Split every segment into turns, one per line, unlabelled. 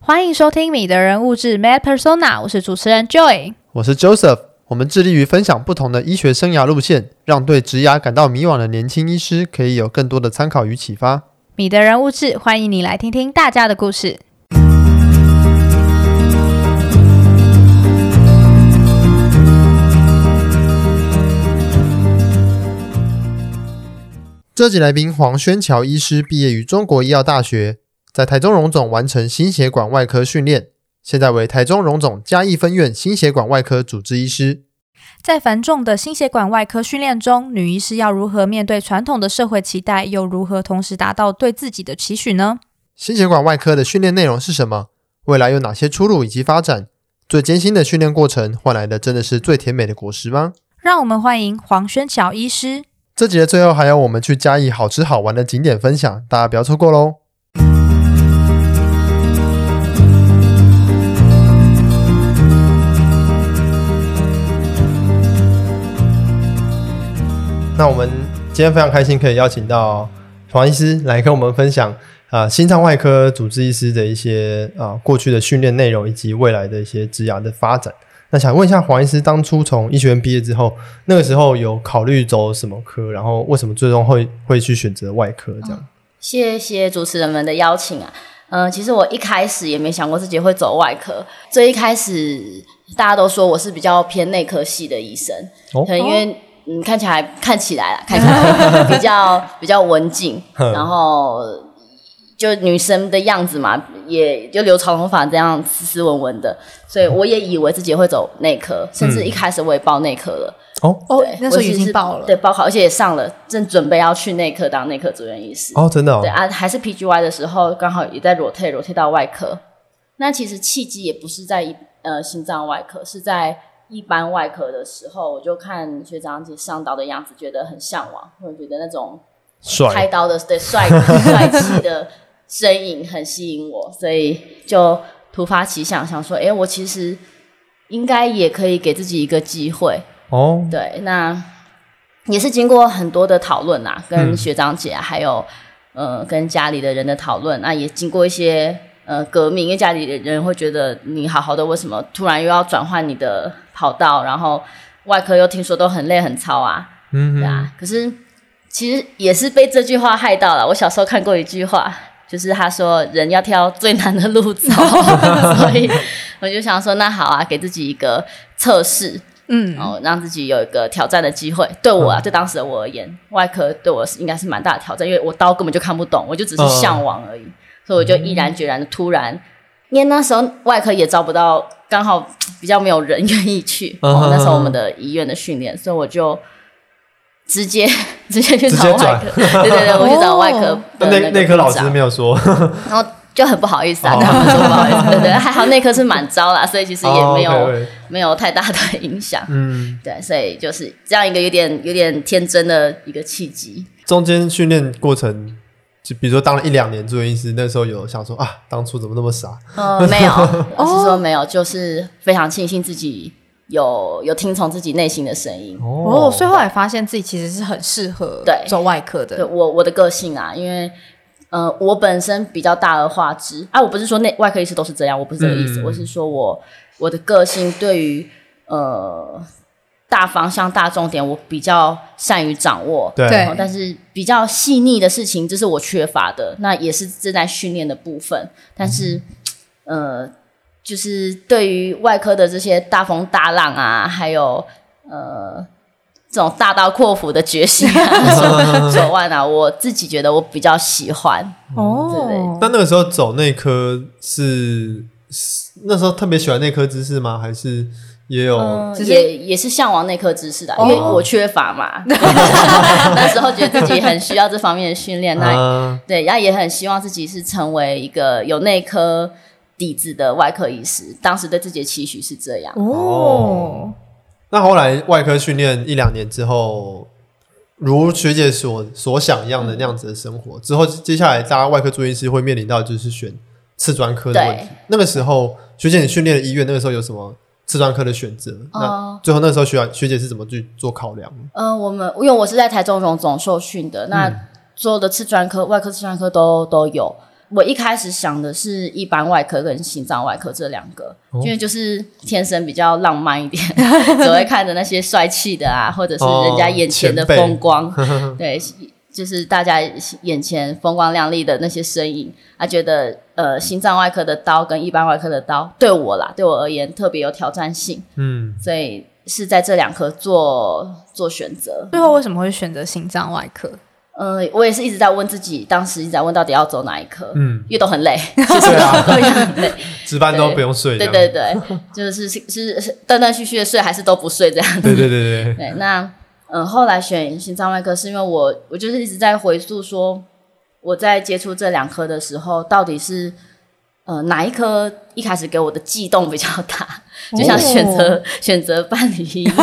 欢迎收听《米的人物志》（Mad Persona），我是主持人 Joy。
我是 Joseph，我们致力于分享不同的医学生涯路线，让对职涯感到迷惘的年轻医师可以有更多的参考与启发。
米的人物志，欢迎你来听听大家的故事。
这集来宾黄轩桥医师毕业于中国医药大学，在台中荣总完成心血管外科训练，现在为台中荣总嘉义分院心血管外科主治医师。
在繁重的心血管外科训练中，女医师要如何面对传统的社会期待，又如何同时达到对自己的期许呢？
心血管外科的训练内容是什么？未来有哪些出路以及发展？最艰辛的训练过程换来的真的是最甜美的果实吗？
让我们欢迎黄轩桥医师。
这集的最后还有我们去嘉义好吃好玩的景点分享，大家不要错过喽！那我们今天非常开心可以邀请到黄医师来跟我们分享啊、呃心脏外科主治医师的一些啊、过去的训练内容以及未来的一些职涯的发展。那想问一下黄医师，当初从医学院毕业之后，那个时候有考虑走什么科，然后为什么最终会会去选择外科这
嗯
样？
谢谢主持人们的邀请啊。嗯、其实我一开始也没想过自己会走外科，最一开始大家都说我是比较偏内科系的医生，
哦
可能因为嗯看起来 看起来啦看起来 比较比较文静，
哼
然后就女生的样子嘛，也就留长头发这样斯斯文文的，所以我也以为自己会走内
嗯
科，甚至一开始我也报内科了。
哦
哦
对
那时候
我
已
其
经
实
报了
对，报考，而且也上了，正准备要去内科当内科住院医师。
哦，真的哦
对，啊，还是 PGY 的时候，刚好也在 rotate rotate 到外科。那其实契机也不是在一呃心脏外科，是在一般外科的时候，我就看学长姐上刀的样子，觉得很向往，或者觉得那种开
帅
刀的对帅帅气的身影很吸引我，所以就突发奇想，想说，哎，我其实应该也可以给自己一个机会，
哦，
对，那也是经过很多的讨论啊，跟
嗯
学长姐、啊还有呃跟家里的人的讨论，那也经过一些呃革命，因为家里的人会觉得你好好的，为什么突然又要转换你的跑道？然后外科又听说都很累很操啊，
嗯
对啊，可是其实也是被这句话害到了。我小时候看过一句话，就是他说人要挑最难的路走， 所以我就想说，那好啊，给自己一个测试，
嗯
然后让自己有一个挑战的机会。对我啊，
嗯
对当时的我而言，外科对我是应该是蛮大的挑战，因为我刀根本就看不懂，我就只
嗯
是向往而已，所以我就毅然决然的突然，因为那时候外科也招不到，刚好比较没有人愿意去。
嗯
哦
嗯，
那时候
嗯
我们的医院的训练，所以我就。直接 直接去
直
找
接
外
转哦
科，对对对，我去找外科的
那内内科
部
老
长
师没有说，
然后就很不好意思啊，
哦
跟他们说不好意思，对对，还好内科是满招啦，所以其实也没有、
哦，OK，OK
没有太大的影响。
嗯，
对，所以就是这样一个有点有点天真的一个契机。
中间训练过程，就比如说当了一两年住院医师，那时候有想说啊，当初怎么那么傻？
呃，没有，老实说没有，就是非常庆幸自己有有听从自己内心的声音。
哦，所以后来发现自己其实是很适合
对
走外科
对
的。
我我的个性啊，因为呃，我本身比较大而化之啊，我不是说内外科医师都是这样，我不是这个意思，
嗯
我是说我我的个性对于呃大方向、大重点，我比较善于掌握。
对
对
然后但是比较细腻的事情，这是我缺乏的，那也是正在训练的部分。但是，呃，就是对于外科的这些大风大浪啊，还有呃这种大刀阔斧的决心啊、手 手腕啊，我自己觉得我比较喜欢。
哦，
那那个时候走内科是是那时候特别喜欢内科知识吗？还是也有、
嗯
只，是
也也是向往内科知识的，因为
哦
我缺乏嘛。那时候觉得自己很需要这方面的训练，那
啊？
对，然后也很希望自己是成为一个有内科底子的外科医师。当时对自己的期许是这样。
哦，
那后来外科训练一两年之后，如学姐所所想一样的那样子的生活之后，接下来大家外科住院医师会面临到就是选次专科的问题
对。
那个时候学姐你训练的医院那个时候有什么次专科的选择？那
哦
最后那时候学长学姐是怎么去做考量？
嗯，我们因为
嗯
我是在台中荣总受训的，那所有的次专科、外科、次专科都都有。我一开始想的是一般外科跟心脏外科这两个，
哦
因为就是天生比较浪漫一点， 只会看着那些帅气的啊，或者是人家眼前的
哦前辈
风光，对，就是大家眼前风光亮丽的那些身影，他觉得呃，心脏外科的刀跟一般外科的刀对我啦，对我而言特别有挑战性，
嗯，
所以是在这两科做做选择。
最后为什么会选择心脏外科？
嗯、我也是一直在问自己，当时一直在问到底要走哪一科，
嗯，
因为都很累，
对 啊，
都很累。
值班都不用睡这
对
样，
对对，就是是是是断断续续的睡，还是都不睡这样 子。
对对对对，
对，那嗯，后来选心脏外科是因为我我就是一直在回溯说，我在接触这两科的时候，到底是呃哪一科一开始给我的悸动比较大， 就像选择、选择伴侣 一样。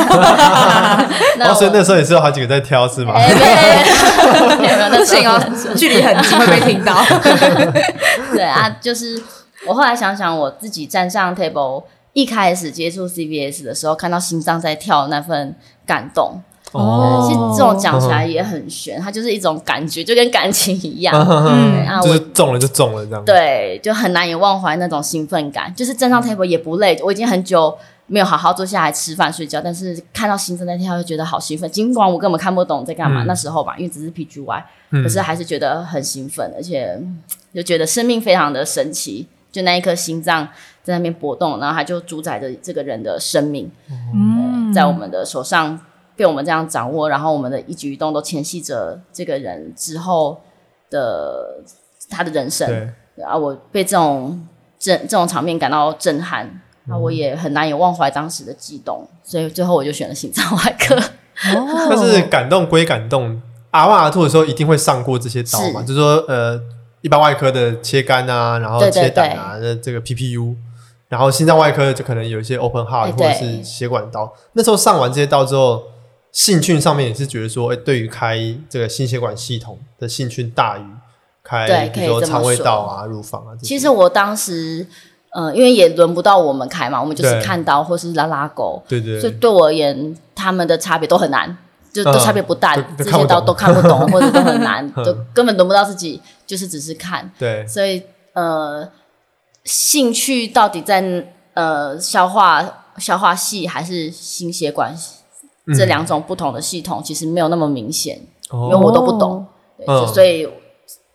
那
哦，所以那
我
时候也是有好几个在挑是吗？
哎，没有没有没有没有没有那
不
时候
行 哦，距离很近会被听到。
对啊，就是我后来想想，我自己站上 table 一开始接触 CBS 的时候，看到心脏在跳那份感动，
哦
其实这种讲起来也很玄，它就是一种感觉，就跟感情一样。对
嗯，
啊，
就是
我
中了就中了这样，
对就很难以忘怀那种兴奋感，就是站
嗯
上 table 也不累，我已经很久。没有好好坐下来吃饭睡觉，但是看到心脏在跳，就觉得好兴奋。尽管我根本看不懂在干嘛，
嗯
那时候吧，因为只是 PGY，
嗯，
可是还是觉得很兴奋，而且嗯就觉得生命非常的神奇。就那一颗心脏在那边搏动，然后它就主宰着这个人的生命，
嗯
在我们的手上被我们这样掌握，然后我们的一举一动都牵系着这个人之后的他的人生。
对，
啊，我被这种震这种场面感到震撼，啊，
嗯
我也很难以忘怀当时的激动，所以最后我就选了心脏外科。
哦
但是感动归感动，阿瓦阿兔的时候一定会上过这些刀嘛，
是
就是说呃，一般外科的切肝啊，然后
对对
切胆啊，那这个 PPU，然后心脏外科就可能有一些 open heart
哎
或者
对
是血管刀。那时候上完这些刀之后，兴趣上面也是觉得说，哎，对于开这个心血管系统的兴趣大于开，
对
比如
可以
说
这么
肠胃
说
道啊、乳房啊这些。
其实我当时，呃，因为也轮不到我们开嘛，我们就是
对
看刀或是拉拉狗，
对
所
对
以
对，
对我而言，他们的差别都很难，就
嗯
都差别不大，
都都
这
看不
些
懂
刀都看不懂， 或者都很难，
嗯
都根本轮不到自己，就是只是看。
对
所以呃，兴趣到底在呃消化消化系还是心血管系
嗯
这两种不同的系统，其实没有那么明显，因为
哦
我都不懂。
哦
对，
嗯
就所以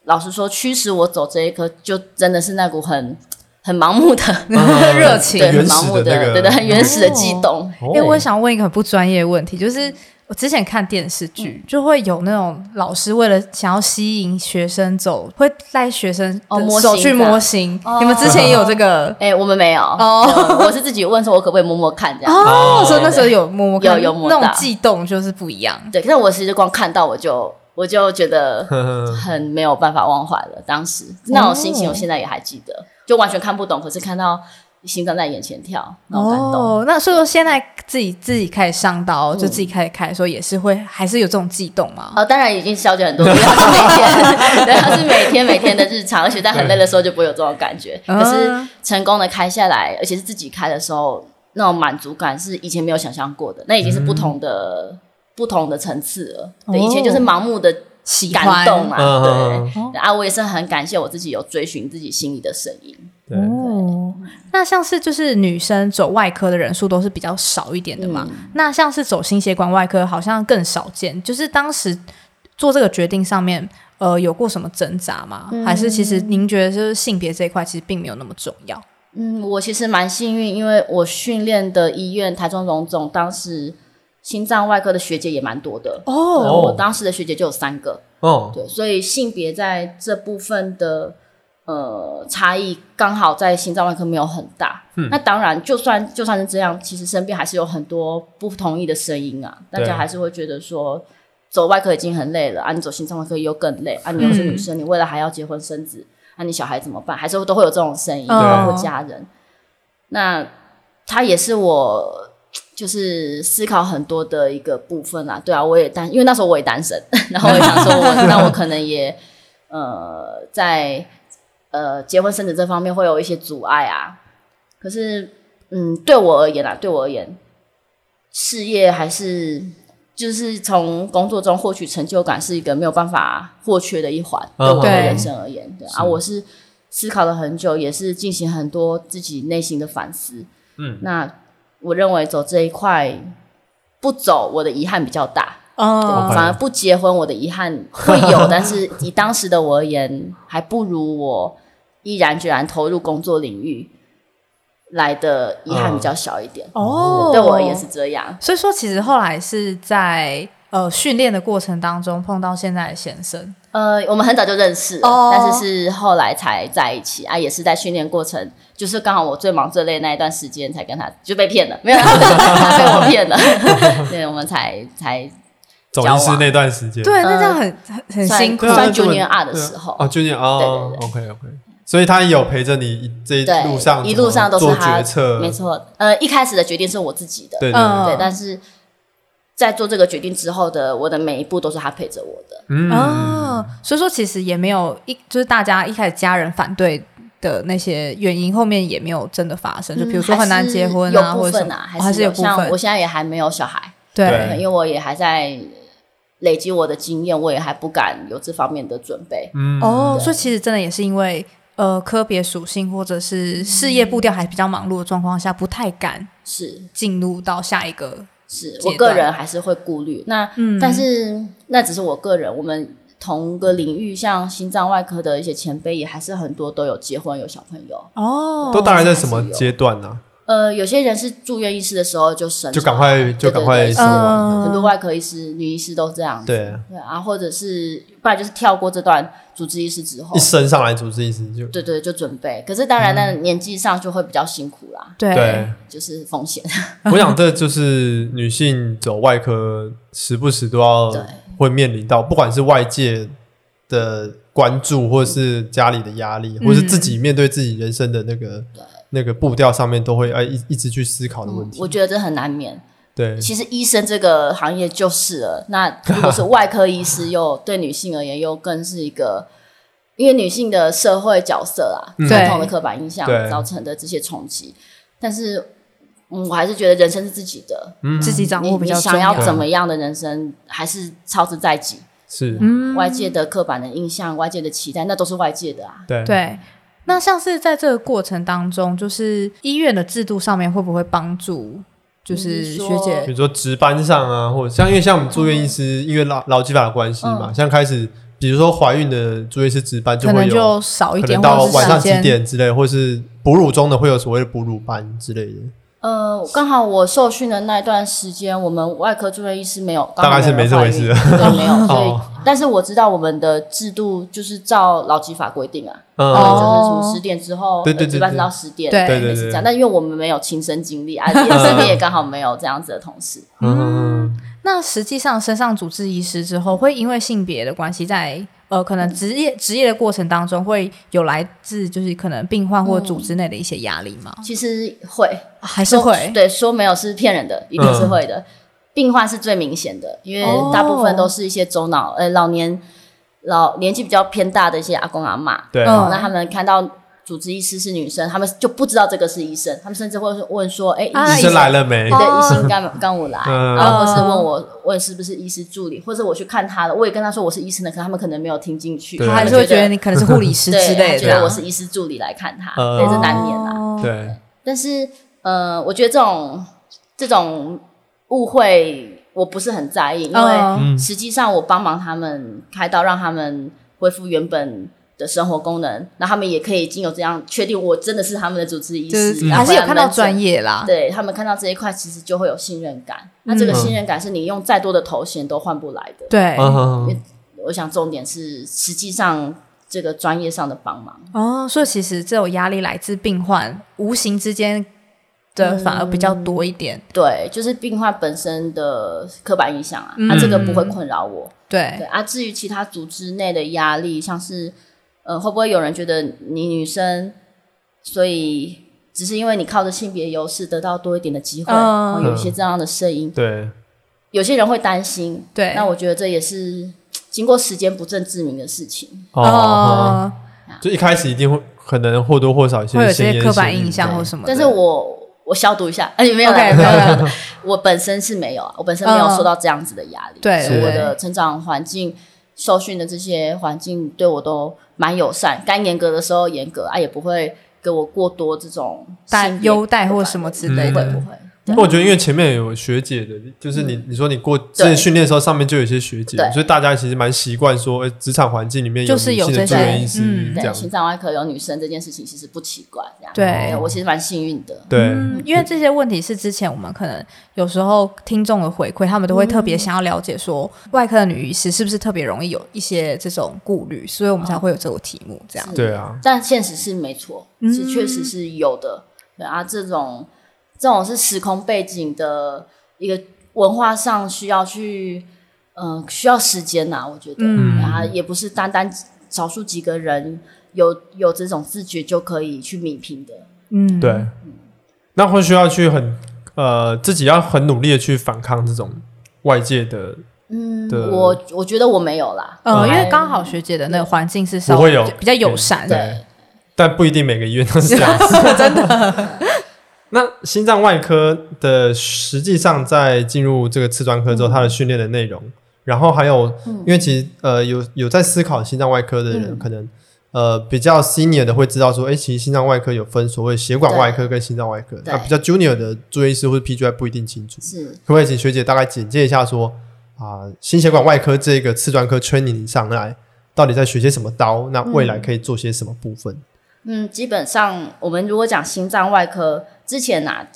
老实说，驱使我走这一科，就真的是那股很很盲目的、
嗯
热情
对，很
原
盲
始
目
的那个，
对对，很原始的悸
哦
动。
哎、我想问一个很不专业的问题，就是我之前看电视剧，
嗯
就会有那种老师为了想要吸引学生走，会带学生
哦
的
模
手
型
去
这样
模型。你们之前也有这个
哎、我们没有
哦
对我我是自己问说，我可不可以摸摸看这样。
哦，
哦
所以那时候有摸摸看，
有有摸
那种
到
悸动就是不一样。
对，但我其实光看到我就我就觉得很没有办法忘怀了。当时那种心
哦
情，我现在也还记得，就完全看不懂，可是看到心脏在眼前跳，那种感动。嗯
哦，那所以说现在自己自己开始上刀，就自己开始开的时候，也是会还是有这种悸动吗？
哦，当然已经消减很多，因为它是每天， 对，它是每天每天的日常，而且在很累的时候就不会有这种感觉。
嗯
可是成功的开下来，而且是自己开的时候，那种满足感是以前没有想象过的，那已经是不同的、不同的层次了。
哦
对，以前就是盲目的
喜
感
欢
动啊嘛，
嗯
对。
嗯
哦
啊，我也是很感谢我自己有追寻自己心里的声音。
对，
哦，那像是就是女生走外科的人数都是比较少一点的嘛。
嗯
那像是走心血管外科好像更少见，就是当时做这个决定上面，呃，有过什么挣扎吗？
嗯
还是其实您觉得就是性别这一块其实并没有那么重要？
嗯，我其实蛮幸运，因为我训练的医院台中荣总，当时心脏外科的学姐也蛮多的。对
哦
我当时的学姐就有三个，
哦，
对，所以性别在这部分的呃差异，刚好在心脏外科没有很大。
嗯
那当然，就算就算是这样，其实身边还是有很多不同意的声音啊，大
对
家还是会觉得说。走外科已经很累了啊，你走心脏外科又更累啊！你又是女
嗯
生，你未来还要结婚生子，啊，你小孩怎么办？还是都会有这种声
嗯
音，包括家人。那他也是我就是思考很多的一个部分啦。对啊，我也单，因为那时候我也单身， 然后我也想说我，那我可能也呃在呃结婚生子这方面会有一些阻碍啊。可是，嗯，对我而言啊，对我而言，事业还是就是从工作中获取成就感是一个没有办法或缺的一环，
嗯
对我的
对
人生而言，对啊，我是思考了很久，也是进行很多自己内心的反思。
嗯，
那我认为走这一块不走，我的遗憾比较大。
哦
嗯，
反而不结婚，我的遗憾会有， 但是以当时的我而言，还不如我毅然决然投入工作领域来的遗憾比较小一点。
哦，
对我而言是。这样，
所以说，其实后来是在呃训练的过程当中碰到现在的先生，
呃，我们很早就认识了，
哦
但是是后来才在一起啊，也是在训练过程，就是刚好我最忙最累那一段时间才跟他就被 骗了，没有他被我骗了，对，我们才才
总医师那段时间，
对，那
呃
这样很很很
算
辛苦
对啊。
算
junior 二的时候
哦，junior 哦
对
，OK OK，所以他也有陪着你一这一
对
路上
一路上都
怎么
是
做决
他
策，
没，错，呃，一开始的决定是我自己的，
对对
嗯
对，
对，但是在做这个决定之后的，我的每一步都是他陪着我的。
嗯，
哦，所以说其实也没有一，就是大家一开始家人反对的那些原因，后面也没有真的发生。嗯就比如说很难结婚
嗯有部
或者什
分
么，
啊，
哦还
是
有
有
部分
像我现在也还没有小孩，
对
对
因为我也还在累积我的经验，我也还不敢有这方面的准备。
嗯
哦，所以其实真的也是因为呃科别属性或者是事业步调还比较忙碌的状况下，不太敢
是
进入到下一个
是
阶
我
段
个人还是会顾虑，那、
嗯
但是那只是我个人，我们。同个领域，像心脏外科的一些前辈，也还是很多都有结婚有小朋友。
哦，
都大概在什么阶段呢？
呃，有些人是住院医师的时候就生
就
小
赶
孩，
快就
对
赶
对
快啊
对
死亡，
嗯
很多外科医师、女医师都这样子。
对，
对啊，或者是不然就是跳过这段主治医师之后
一，升上来主治医师就
对对，就准备。可是
嗯
当然，那年纪上就会比较辛苦啦，
对
对。
就是风险。
我想这就是女性走外科，时不时都要
对
会面临到，不管是外界的关注，或是家里的压力，
嗯
或是自己面对自己人生的那个那个步调上面，都会哎一一直去思考的问题
嗯
我。觉得这很难免。
对，
其实医生这个行业就是了，那如果是外科医师， 又对女性而言又更是一个。因为女性的社会角色啊，
嗯
传统的刻板印象
对
造成的这些冲击，但是，嗯，我还是觉得人生是自己的，
自己掌
你
握比
你
较
想
重
要
要。
怎么样的人生，还是操之在己。
是，
嗯
外界的刻板的印象、外界的期待，那都是外界的啊。
对，
对。那像是在这个过程当中，就是医院的制度上面会不会帮助，就是
你说
学
比
姐
如说值班上啊，或者像因为像我们住院医师，因为劳劳基法的关系嘛，像开始比如说怀孕的住院医师值班就
嗯可
会
能
有。
就少一
可
点，
能
或
到
者是
晚上
时
几
间
点之类，或是哺乳中的会有所谓的哺乳班之类的，
呃，刚好我受训的那段时间，我们外科住院医师没有，
大概是
刚好
没这回事
有怀孕，对，没 有。所以
哦，
但是我知道我们的制度就是照劳基法规定啊，
嗯，
就是
哦
什么十点之后，
对对对
呃值班
对
是到十点，
对
对对
类似
对
这样。但因为我们没有亲身经 历啊，也身边也刚好没有这样子的同事。
嗯，
那实际上升上主治医师之后，会因为性别的关系在，呃可
嗯
能职业职业的过程当中，会有来自就是可能病患或组织内的一些压力吗？
其实哦会，
还是
说
会？
对说没有是骗人的，一定
嗯
是会的。病患是最明显的，因为大部
哦
分都是一些中老呃老年老年纪比较偏大的一些阿公阿嬷，
对，
嗯
那他们看到主治医师是女生，他们就不知道这个是医生，他们甚至会问说：“哎、
啊
医生来了没？
哦
对，医生干嘛干我来？
嗯
然后或是问我问是不是医师助理，或者我去看他了，我也跟他说我是医生的，可他们可能没有听进去，
对
他
他
还
们
是会觉得你可能是护理师
对
之类
他
的，
觉得我是医师助理来看他，
嗯
对，这难免啊啦。
哦
对，
但是呃，我觉得这种这种误会我不是很在意，因为
嗯
实际上我帮忙他们开刀，让他们恢复原本。的生活功能，那他们也可以经由这样确定，我真的是他们的主治医
就
师，
嗯
是
然
还
后
是有
让
看
他们
到啊专业啦，
对他们看到这一块，其实就会有信任感。那这个信任感是你用再多的头衔都换不来的。
对
嗯，
我想重点是，实际上这个专业上的帮忙。
哦，所以其实这种压力来自病患，无形之间的反而比较多一点，
对，就是病患本身的刻板印象啊，
嗯
那、这个不会困扰我。对
对，
啊，至于其他组织内的压力，像是呃，会不会有人觉得你女生，所以只是因为你靠着性别优势得到多一点的机会，
嗯
哦有一些这样的声音，
对，
有些人会担心。
对
那我觉得这也是经过时间不证自明的事情。
哦，
哦，
就一开始一定会可能或多或少一些
会有
先
些
验
刻板
先
印
验
象
对
或什么的，
但是我我消毒一下，哎，没有啦
OK，
没有啦
没有
我本身是没有啊，我本身没有
嗯
受到这样子的压力，
对
是我
对
的成长环境受训的这些环境对我都蛮友善，该严格的时候严格啊，也不会给我过多这种
待
性别
优待或什么之类
嗯
不会不
的。
会。
那我觉得，因为前面有学姐的，就是你
嗯
你说你过之前训练的时候，上面就有一些学姐
对，
所以大家其实蛮习惯说，哎，职场环境里面
就
有
是
女
有
性的
这
住
些
院医师
嗯
这
对，
样，
心脏外科有女生这件事情其实不奇怪，这样。
对
我其实蛮幸运的。
对，
嗯，因为这些问题是之前我们可能有时候听众的回馈，他们都会特别想要了解说，外科的女医师是不是特别容易有一些这种顾虑，所以我们才会有这个题目这样。
对啊，
但现实是没错，
嗯
是确实是有的。对啊，这种这种是时空背景的一个文化上需要去，嗯、需要时间呐、我觉得、
嗯
啊，也不是单单少数几个人有有这种自觉就可以去弭平的。
嗯，
对，那会需要去很呃自己要很努力的去反抗这种外界的，
嗯
对，
我我觉得我没有啦，
呃，
嗯
因为刚好学姐的那个环境是稍
不
微
会有嗯
比较友善，
对
但不一定每个医院都是这样子，真的。 那心脏外科的实际上在进入这个次专科之后，它的训练的内容，然后还有，因为其实呃有有在思考心脏外科的人，
嗯
可能呃比较 senior 的会知道说，哎、其实心脏外科有分所谓血管外科跟心脏外科，
对
那比较 junior 的住院医师或者 PGY 不一定清楚。
是
可不可以请学姐大概简介一下说啊、心血管外科这个次专科 training 上来到底在学些什么刀？那未来可以做些什么部分？
嗯，基本上我们如果讲心脏外科，之前呐、啊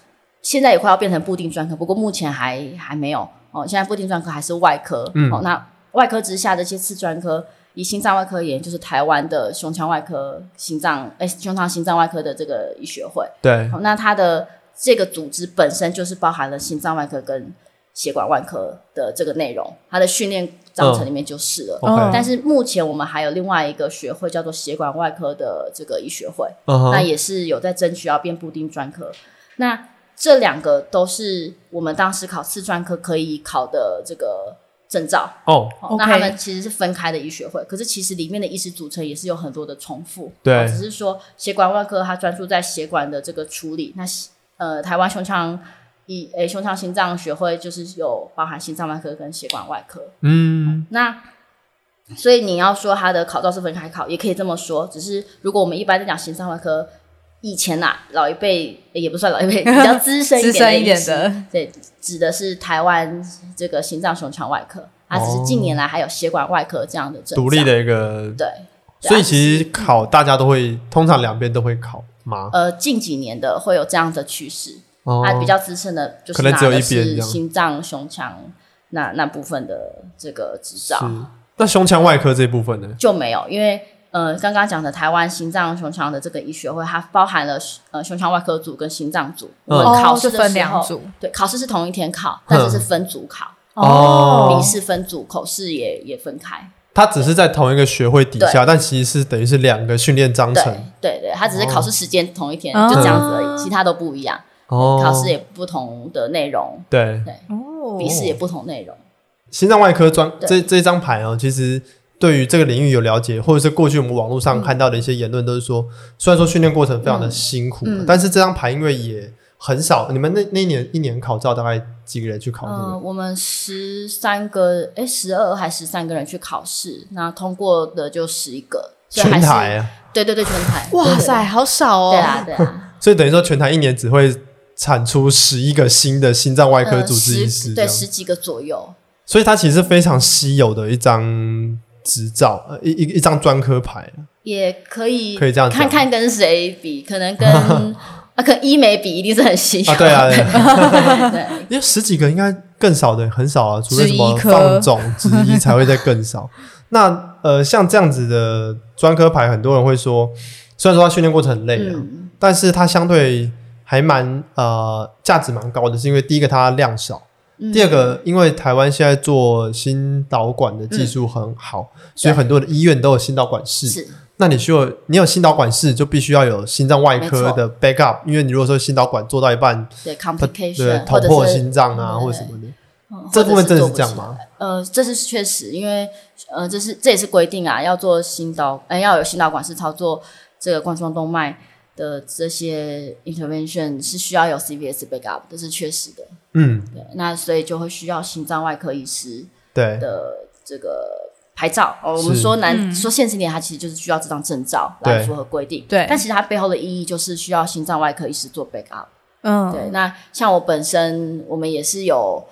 现在也快要变成固定专科，不过目前还还没有哦。现在固定专科还是外科，
嗯
哦，那外科之下的一些次专科，以心脏外科而言，就是台湾的胸腔外科、心脏哎胸腔心脏外科的这个医学会，哦
对，
好，那它的这个组织本身就是包含了心脏外科跟血管外科的这个内容，它的训练章程里面就是了。
哦
OK，
但是目前我们还有另外一个学会叫做血管外科的这个医学会，
嗯
那
哼，
也是有在争取要变固定专科。那这两个都是我们当时考次专科可以考的这个证照。
哦，
哦
OK
那他们其实是分开的医学会，可是其实里面的医师组成也是有很多的重复，
对
哦只是说血管外科它专注在血管的这个处理，那呃台湾胸腔医诶胸腔心脏学会就是有包含心脏外科跟血管外科，
嗯，
那所以你要说它的考照是分开考，也可以这么说。只是如果我们一般在讲心脏外科，以前呐、啊老一辈呃也不算老 一辈，比较资深一
资
点的
深一
医
点
师
的，
对，指的是台湾这个心脏胸腔外科。它只是近年来还有血管外科这样的证
哦
照
独立的一个，
对。对
所以
啊
其实考大家都会，通常两边都会考嘛，
呃，近几年的会有这样的趋势，
哦
啊它、比较资深的，就
可
是
能
拿
只有
的
一边这
是
样
心脏、胸腔那那部分的这个执照。
是。那胸腔外科这部分呢？
就没有，因为呃，刚刚讲的台湾心脏胸腔的这个医学会，它包含了呃胸腔外科组跟心脏组。
嗯嗯
我们考
哦，
试
就
的时候、
分两，组
对，考试是同一天考，但是是分组考，
哦
笔试分组，口试也也分开。
它只是在同一个学会底下，但其实是等于是两个训练章
对
程
对对，它只是考试时间同一天，
哦
就这样子而
嗯
已，其他都不一样。
哦
考试也不同的内容，
对，
哦，
笔试也不同内容。
心脏外科专
对
这这张牌哦，其实对于这个领域有了解，或者是过去我们网络上看到的一些言论，都是说，虽然说训练过程非常的辛苦，
嗯嗯
但是这张牌因为也很少，你们那那一年一年考照大概几个人去考这
嗯、
个？
我们十三个，哎，十二还十三个人去考试，那通过的就十一个，所以还
全
是
台啊，
对对对，全台。对
哇
对
塞，好少哦，
对啊，对 啊，
所以等于说全台一年只会产出十一个新的心脏外科
呃
主治医
十
师这
对
样，
十几个左右，
所以它其实是非常稀有的一张执照，呃一一一张专科牌。
也可以
可以这样讲
看看跟谁比，可 能跟啊，跟医美 比一定是很稀有
啊，对啊，对
对
因为十几个应该更少的很少啊，除非
之
什
一
么
科
放纵之一才会再更 少。那呃，像这样子的专科牌，很多人会说，虽然说他训练过程很累啊，
嗯
但是它相对还蛮呃价值蛮高的，是因为第一个它量少，
嗯
第二个因为台湾现在做心导管的技术很好，所以很多的医院都有心导管室。
嗯是
那你需要你有心导管室，就必须要有心脏外
没
科
错
的 backup，因为你如果说心导管做到一半
对
对，
complication
捅
或者
破
是
心脏啊，
嗯
或者什么的，
嗯
这
或者
部分真的
做
是
不
这样
起
吗？
呃，这是确实，因为呃，这是这也是规定啊，要做心导，呃，要有心导管室操作这个冠状动脉的这些 intervention 是需要有 CVS backup，这是确实的。
嗯，
对，那所以就会需要心脏外科医师
对，
的这个牌照哦，我们
是
说难、
嗯
说现实一点，它其实就是需要这张证照
对
来符合规定。
对
但其实它背后的意义就是需要心脏外科医师做 backup。
嗯，
对，那像我本身，我们也是有，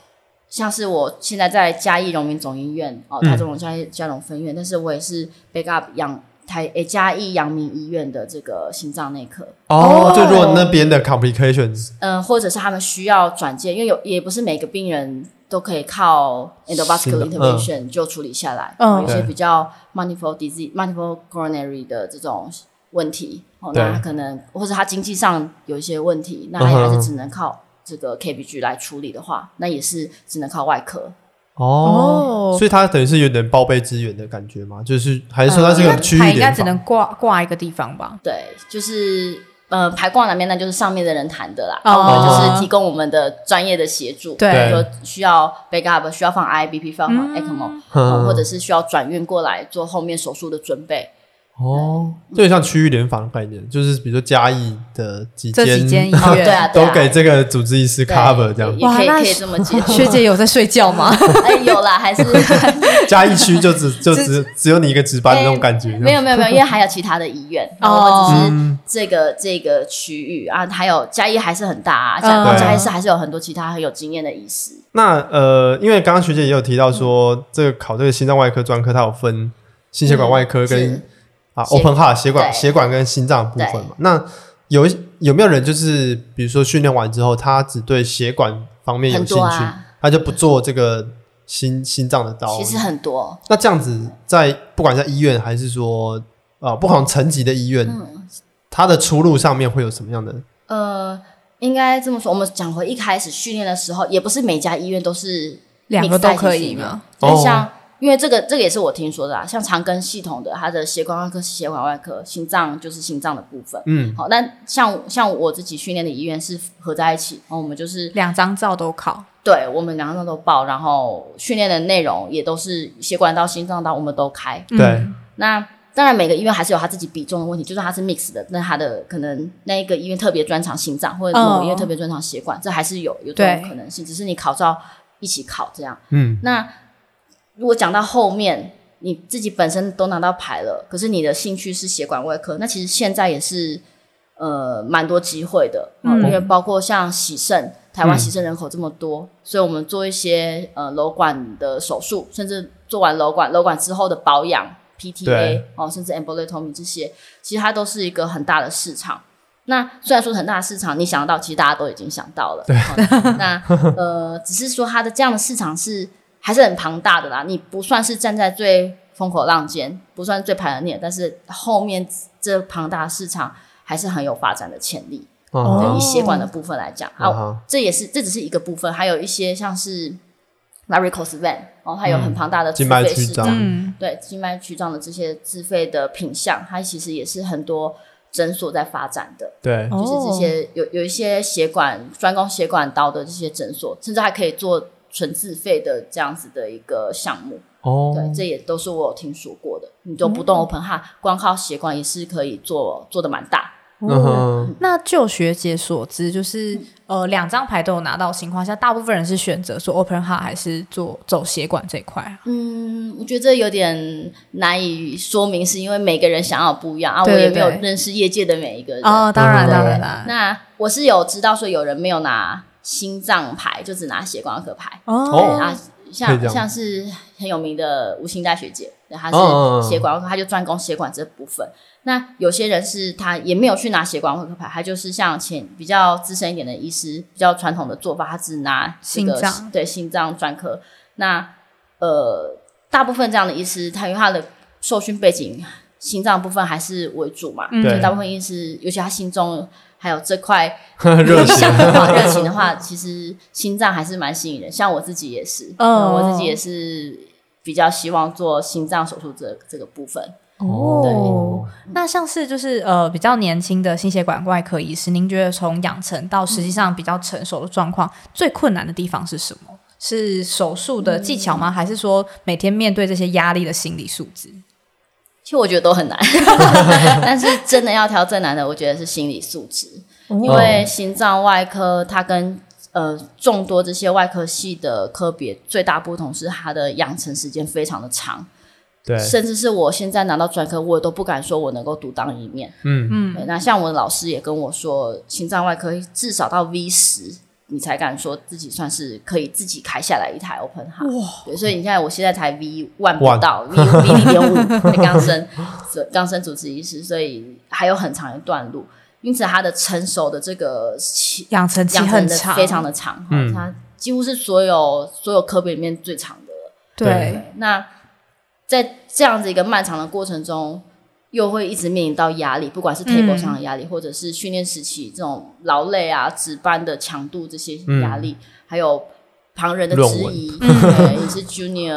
像是我现在在嘉义荣民总医院哦，
嗯
台中荣嘉义嘉荣分院，但是我也是 backup 阳台诶嘉义阳明医院的这个心脏内科，
哦
哦，
就如果那边的 complications，
嗯、或者是他们需要转介，因为有也不是每个病人都可以靠 endovascular
是的嗯
intervention 就处理下来，
嗯
有些
对
比较 manifold disease、manifold coronary 的这种问题，哦，
对
那他可能或者他经济上有一些问题，那
嗯
他
哼
还是只能靠这个 KBG 来处理的话，那也是只能靠外科。
哦，
哦
所，以它等于是有点报备资源的感觉嘛，就是还是说它是
应
个
该
区
牌
域
呃应该
联
只
防
能挂挂一个地方 吧？
对，就是呃，排挂那边那就是上面的人谈的啦，
哦
然后我们就是提供我们的专业的协助，
对
比如说需要 backup，需要放 IBP，需要放 ECMO，、
嗯
或者是需要转运过来做后面手术的准备。
哦，这就像区域联防的概念，就是比如说嘉义的几
这几间医
间
院，
哦，对啊，对
都
啊
给这个主治医师
对
cover 这样，
也可以
哇那
可以这么解
学
释。
姐有在睡觉 吗？
哎，有啦，还是
嘉义区就只就只只有你一个值班的那种感觉，
没有没有没有，因为还有其他的医院，
哦
我们只是这个这个区域啊，还有嘉义还是很大啊，嘉
嗯
嘉义市还是有很多其他很有经验的医师。
那呃，因为刚刚学姐也有提到说，这个考这个心脏外科专科，它有分心血管外科跟、
是
啊
血
open heart 血管
对
血管跟心脏部分
对
嘛。那有一有没有人就是比如说训练完之后，他只对血管方面有
很
兴
多
趣，
啊
他就不做这个心心脏的刀？
其实很多，
那这样子在不管在医院还是说啊、呃不同层级的医院，它的出路上面会有什么样的？
呃，应该这么说，我们讲回一开始训练的时候，也不是每家医院都是
两个
mix 在
都
一起
可以
训练
吗？
就
哦
是像，因为这个这个也是我听说的啦，像长庚系统的，它的血管外科是血管外科，心脏就是心脏的部分。
嗯，
好，那像像我自己训练的医院是合在一起，然哦后我们就是
两张照都考，
对我们两个都报，然后训练的内容也都是血管到心脏到我们都开。
对，
嗯
那当然，每个医院还是有他自己比重的问题，就算他是 mix 的，那他的可能那一个医院特别专长心脏，或者某个医院
哦
特别专长血管，这还是有有这种可能性。只是你考照一起考这样。
嗯，
那如果讲到后面，你自己本身都拿到牌了，可是你的兴趣是血管外科，那其实现在也是呃蛮多机会的，
嗯
因为包括像洗肾，台
嗯
湾洗肾人口这么多，所以我们做一些呃瘘管的手术，甚至做完瘘管，瘘管之后的保养。PTA
对
哦，甚至 embolectomy 这些，其实它都是一个很大的市场。那虽然说很大的市场，你想得到，其实大家都已经想到了。对，那呃，只是说它的这样的市场是还是很庞大的啦。你不算是站在最风口浪尖，不算最排行列，但是后面这庞大的市场还是很有发展的潜力。
哦
对，以血管的部分来讲，
啊
啊，
哈，
这也是这只是一个部分，还有一些像是 varicose vein，哦，它有很庞大的自
静脉
费
曲
市
张
场，
嗯，
对静脉曲张的这些自费的品项，它其实也是很多诊所在发展的。
对，
哦
就是这些有有一些血管专攻血管刀的这些诊所，甚至还可以做纯自费的这样子的一个项目。
哦
对，这也都是我有听说过的。你就不
嗯
动 open heart，、光靠血管也是可以做做的蛮大。
嗯哼，
那就学姐所知，就是呃，两张牌都有拿到的情况下，大部分人是选择做 open heart 还是做走血管这一块啊？
嗯，我觉得这有点难以说明，是因为每个人想要不一样啊。我
对
也没有
对
认识业界的每一个人。
哦，当然，
嗯
当然，当然。
那我是有知道说有人没有拿心脏牌，就只拿血管科牌。
哦，
啊，
可以这
像
样
像是很有名的吴清代学姐，对她
嗯嗯嗯
是血管外科，她就专攻血管这部分。那有些人是她也没有去拿血管外科牌，她就是像前比较资深一点的医师，比较传统的做法，她只拿这个
心脏
对心脏专科。那呃，大部分这样的医师，他因为他的受训背景，心脏部分还是为主嘛，
嗯
所以大部分医师，尤其他心中还有这块
热血
想的话，热情的话，其实心脏还是蛮吸引人。像我自己也是，
哦
嗯，我自己也是比较希望做心脏手术这这个部分。
哦，那像是就是呃比较年轻的心血管外科医师，您觉得从养成到实际上比较成熟的状况，最困难的地方是什么？是手术的技巧吗？还是说每天面对这些压力的心理素质？
其实我觉得都很难， 但是真的要调最难的，我觉得是心理素质，因为心脏外科它跟呃众多这些外科系的科别最大不同是它的养成时间非常的长。
对，
甚至是我现在拿到专科，我也都不敢说我能够独当一面。
嗯
嗯，那像我的老师也跟我说，心脏外科至少到 V 十，你才敢说自己算是可以自己开下来一台 open heart。对，所以你看我现在才 V one 不到，V V 零点五，刚升，所以刚升主治医师，所以还有很长一段路。因此，他的成熟的这个期
养成期
养成
很
的
长，
非常的长，
嗯
它几乎是所有所有科别里面最长的了。
对，
那在这样子一个漫长的过程中，又会一直面临到压力，不管是 table 上的压力，或者是训练时期这种劳累啊、值班的强度这些压力，还有旁人的质疑，对，你是 junior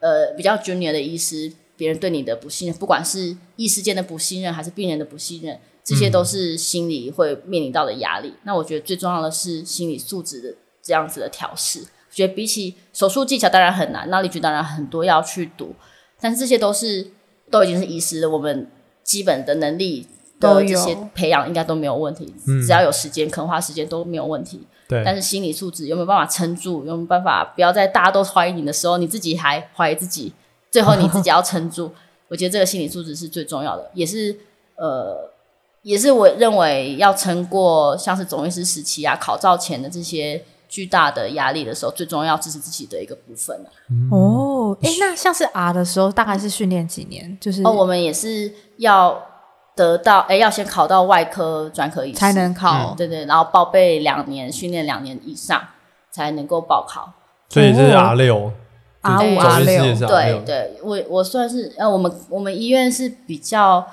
呃比较 junior 的医师，别人对你的不信任，不管是医师间的不信任，还是病人的不信任。这些都是心理会面临到的压力。那我觉得最重要的是心理素质的这样子的调试。我觉得比起手术技巧当然很难，那力局当然很多要去读，但是这些都是都已经是遗失了我们基本的能力
都
的
有
这些培养，应该都没有问题。只要有时间，肯花时间都没有问题。
对
但是心理素质有没有办法撑住？有没有办法不要在大家都怀疑你的时候，你自己还怀疑自己，最后你自己要 撑住。我觉得这个心理素质是最重要的，也是呃，也是我认为要撑过像是总医师时期啊、考照前的这些巨大的压力的时候，最重要支持自己的一个部分啊、
哦，哎，那像是 R 的时候，大概是训练几年？就是
哦，我们也是要得到，哎，要先考到外科专科医师
才能考
对对，然后报备两年，训练两年以上才能够报考。
所以这是 R 六，
R
对
五、
总
R
之是也
六
是，
对对，我我算是呃，我们我们医院是比较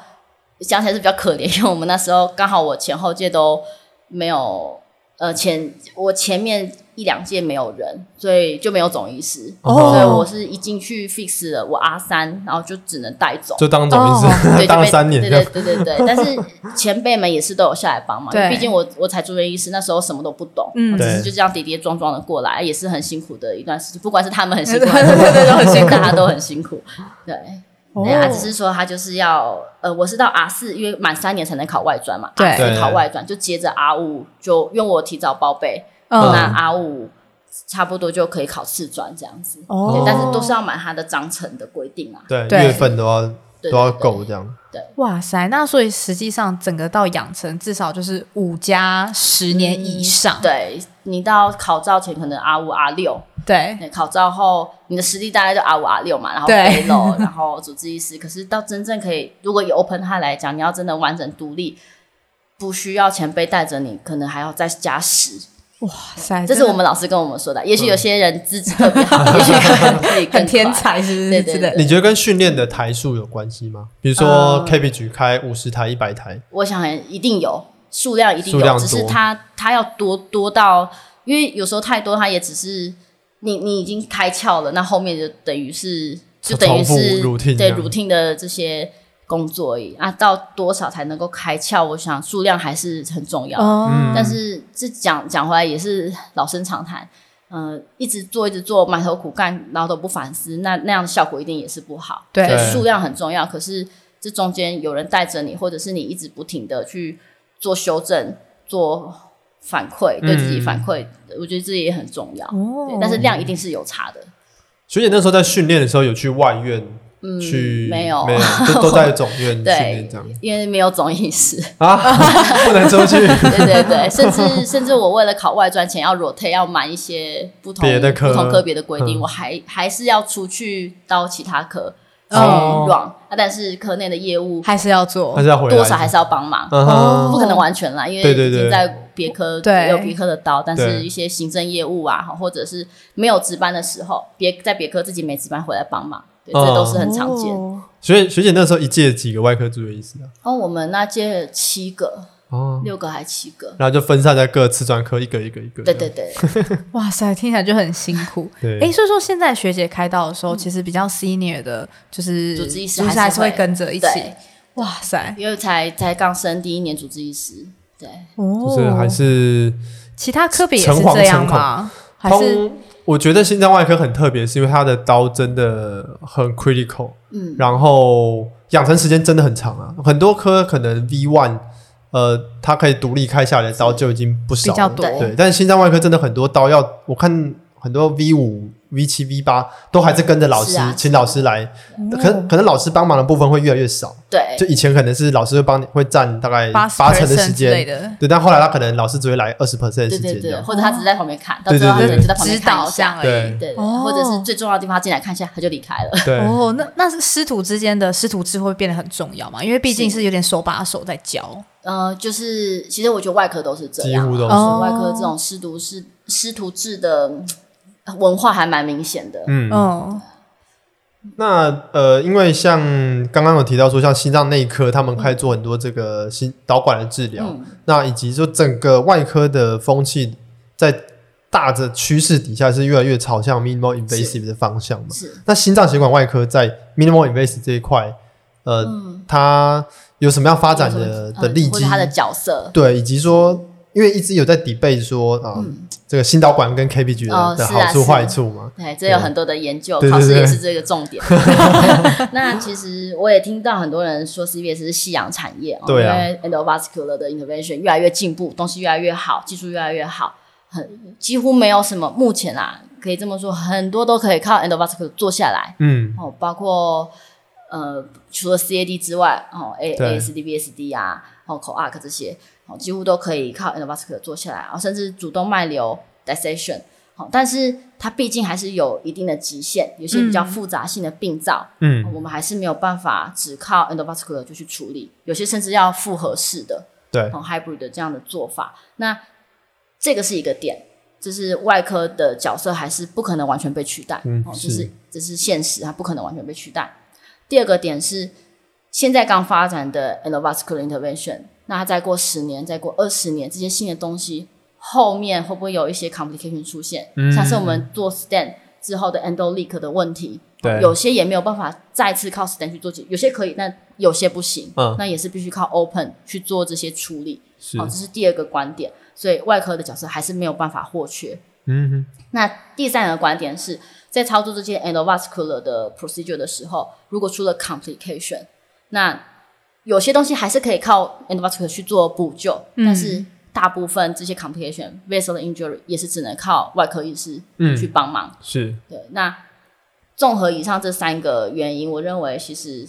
讲起来是比较可怜，因为我们那时候刚好我前后届都没有，呃前我前面一两届没有人，所以就没有总医师，
哦
所以我是一进去 fix 了我 R 三，然后就只能带走。
就当总医
对，
师
就
当了
被
三年
对
这
对
样，
对对对。但是前辈们也是都有下来帮忙，因为
对
毕竟我我才住院医师，那时候什么都不懂，
嗯
嗯，只
对
是就这样跌跌撞撞的过来，也是很辛苦的一段时间。不管是他们很辛苦，
对对对都很辛苦
大家都很辛苦。对，
哦
对啊，只是说他就是要呃，我是到 R 四，因为满三年才能考外专嘛，
对
R
对
四考外专就接着 R 五，就因为我提早报备，
嗯
那 R 五差不多就可以考次专这样子。
哦
对，但是都是要满他的章程的规定啊。
对
对
月份都要
对
都要
对对
够这样。
哇塞，那所以实际上整个到养成至少就是五加十年以上，
对你到考照前可能 R 五 R 六，
对
那考照后你的实力大概就 R 五 R 六嘛，然后
对
背篓，然后主治医师。可是到真正可以，如果以 Open High 来讲，你要真的完整独立，不需要前辈带着你，可能还要再加十。
哇塞，
这是
真
我
的
们老师跟我们说的。也许有些人资质特别好，也许有人可以
嗯
更
很天
快。
才，是不
对
是
对
之类的？
你觉得跟训练的台数有关系吗？比如说
呃
K B 举开五十台、一百台，
我想一定有数量，一定
数量
有，
多
只是它它要多多到，因为有时候太多，它也只是你你已经开窍了，那后面就等于是就等于是
重复 routine 这
对
样
routine 的这些工作而已啊，到多少才能够开窍？我想数量还是很重要，
哦，
但是这讲讲回来也是老生常谈。嗯，一直做一直做，埋头苦干，然后都不反思，那那样的效果一定也是不好。
对
所以数量很重要。可是这中间有人带着你，或者是你一直不停的去做修正、做反馈，对
嗯
自己反馈，我觉得这也很重要。
哦
对，但是量一定是有差的。
学姐那时候在训练的时候有去外院
嗯，
去，
没有，
没有，就都在总院训练
对
这样，
因为没有总意识。
啊 不能出去。
对对对， 甚至甚至我为了考外专前要 rotate 要满一些不同
别的科
不同科别的规定，
嗯
我还还是要出去到其他科去 run、
哦
啊，但是科内的业务
还是要
还
做
是要回来，
多少还是要帮忙，
嗯哼
不可能完全啦，因为
对对
已经
对
在别科
对
有别科的刀，但
对
是一些行政业务啊，或者是没有值班的时候，别在别科自己没值班回来帮忙，对，
哦
这都是很常见。然后、
哦
学姐学姐那时候一届几个外科住院医师啊？
哦我们那届有七个，
哦，
六个还七个，
然后就分散在各次专科，一个一个一个。
对对对，
哇塞，听起来就很辛苦。
对
哎，所以说现在学姐开刀的时候，其实比较 senior 的，就是
嗯主治医师
主
还是
还是
会
会跟 着一起
对。
哇塞，
因为才才刚升第一年主治医师，对，
哦，
就是还是
其他科别也
诚
是
惶
这样
诚恐
吗？还是
通，我觉得心脏外科很特别，是因为它的刀真的很 critical，
嗯，
然后养成时间真的很长啊，很多科可能 V one，呃，它可以独立开下来的刀就已经不
比
少
较
了，
多？
对
对，但是心脏外科真的很多刀要，我看很多 V 五、 V 七 V 八都还是跟着老师，
是啊
请老师来，可能可能老师帮忙的部分会越来越少。
对
就以前可能是老师会帮你会占大概
八
八成的时
之类
间，
的，
对，但后来他可能老师只会来二十 percent 的时
对
间
对
这
对，
样。
或者他只是在旁边看，到
对
最后他
对
可
对
能就在旁边
指
看
导
一下
上，而
对
已。
对，对
哦
或者是最重要的地方他进来看一下，他就离开了。
对，
哦，那那是师徒之间的师徒制会变得很重要嘛？因为毕竟
是
是有点手把手在教。
呃，就是其实我觉得外科都是这
几
样啊，
乎都是
哦
外科这种师徒是师徒制的嗯文化还蛮明显的。
嗯，
嗯，
那呃，因为像刚刚有提到说，像心脏内科他们开始做很多这个心导管的治疗，
嗯
那以及就整个外科的风气在大的趋势底下是越来越朝向 minimal invasive 的方向嘛？
是，
那心脏血管外科在 minimal invasive 这一块，呃，
嗯
它有什么样发展的
呃
的利
或
基
者？他的角色，
对，以及说，因为一直有在 debate 说啊，这个心导管跟 KBG 的,、
嗯哦
的
是啊
好处
是啊
坏处嘛？
对，这有很多的研究，
对对
考试
对
也是这个重 点。那其实我也听到很多人说 CVS 是夕阳产业哦，
对啊
因为 endovascular 的 intervention 越来越进步，东西越来越好，技术越来越好，很几乎没有什么目前啊，可以这么说，很多都可以靠 endovascular 做下来。
嗯，
哦，包括呃，除了 CAD 之外，哦，A
对
ASD、BSD 啊，哦，CoArc 这些，哦，几乎都可以靠 endovascular 做下来，啊、甚至主动脉瘤 dissection，好、但是它毕竟还是有一定的极限，有些比较
嗯
复杂性的病灶，
嗯
哦我们还是没有办法只靠 endovascular 就去处理，有些甚至要复合式的，
对
哦 hybrid 的这样的做法。那这个是一个点，就是外科的角色还是不可能完全被取代，
嗯
哦，
是
这是这是现实，它不可能完全被取代。第二个点是，现在刚发展的 endovascular intervention，那它再过十年，再过二十年，这些新的东西后面会不会有一些 complication 出现？
嗯
像是我们做 stent 之后的 endo leak 的问题，
对
有些也没有办法再次靠 stent 去做解，有些可以，但有些不行，
嗯
那也是必须靠 open 去做这些处理。
是
好、这是第二个观点，所以外科的角色还是没有办法获缺。
嗯哼。
那第三个观点是在操作这些 endovascular 的 procedure 的时候，如果出了 complication，那有些东西还是可以靠 endovascular 去做补救，
嗯
但是大部分这些 complication vessel injury 也是只能靠外科医师
嗯
去帮忙。
是
对，那综合以上这三个原因，我认为其实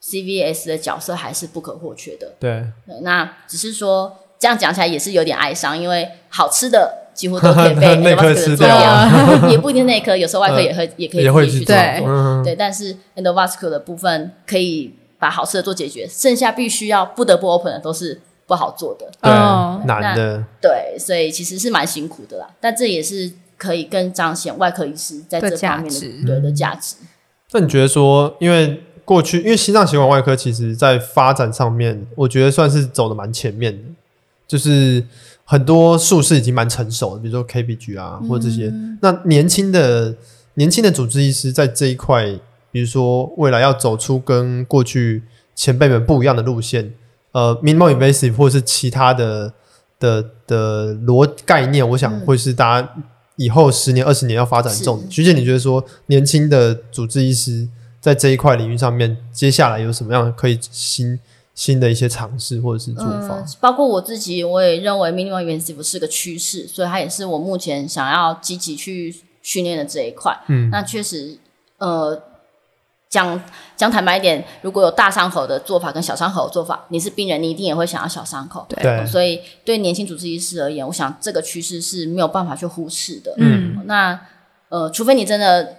CVS 的角色还是不可或缺的。
对，
对，那只是说这样讲起来也是有点哀伤，因为好吃的几乎都可以被
内科
endovascular
吃
做
掉
掉，也不一定内科，有时候外科
嗯
也会、也可以
也会
自己
去
去
做
做
对
嗯，
对，但是 endovascular 的部分可以把好吃的做解决，剩下必须要不得不 open 的都是不好做的，
对
哦
嗯，
男的，
对，所以其实是蛮辛苦的啦，但这也是可以更彰显外科医师在
的
这
价
方面的
值
对的价值。
那你觉得说，因为过去，因为心脏血管外科其实在发展上面，我觉得算是走的蛮前面的，就是很多术式已经蛮成熟的，比如说 KBG 啊，或者这些。那年轻的年轻的主治医师在这一块，比如说未来要走出跟过去前辈们不一样的路线，呃，minimal invasive 或是其他的的的逻概念，我想
嗯
会是大家以后十年、二十年要发展的重点。徐姐，你觉得说年轻的主治医师在这一块领域上面，接下来有什么样可以新新的一些尝试或者是做法
嗯？，包括我自己，我也认为 minimal invasive 是个趋势，所以它也是我目前想要积极去训练的这一块。
嗯，
那确实，呃，讲讲坦白一点，如果有大伤口的做法跟小伤口的做法，你是病人，你一定也会想要小伤口。
对
对，
所以对年轻主治医师而言，我想这个趋势是没有办法去忽视的。
嗯
那呃，除非你真的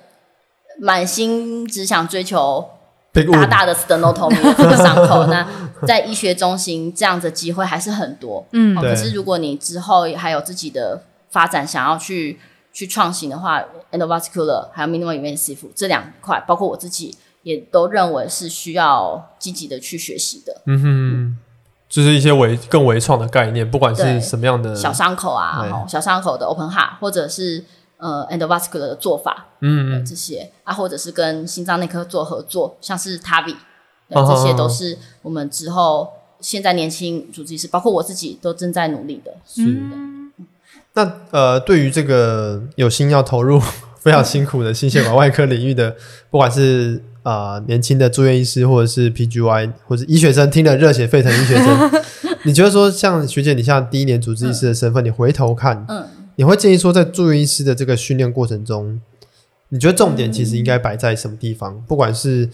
满心只想追求
被误
大大的 stenotomy 的这个伤口，那在医学中心这样子的机会还是很多。
嗯
哦，
对
可是如果你之后还有自己的发展，想要去去创新的话，endovascular 还有 minimal invasive 这两块，包括我自己也都认为是需要积极的去学习的。
嗯哼，就是一些微更微创的概念，不管是
对
什么样的
小伤口啊，
呃对
哦小伤口的 open heart，或者是呃 endovascular 的做法，
嗯
呃这些啊，或者是跟心脏内科做合作，像是 TAVI，
哦
对这些都是我们之后现在年轻主治医师，包括我自己都正在努力的。
是的。
嗯
那呃，对于这个有心要投入非常辛苦的心血管外科领域的，不管是啊、呃年轻的住院医师，或者是 PGY，或者医学生，听得热血沸腾的医学 生，你觉得说像学姐，你像第一年主治医师的身份，你回头看，
嗯
你会建议说，在住院医师的这个训练过程中，
你觉得重点其实应该摆在什么地方？不管是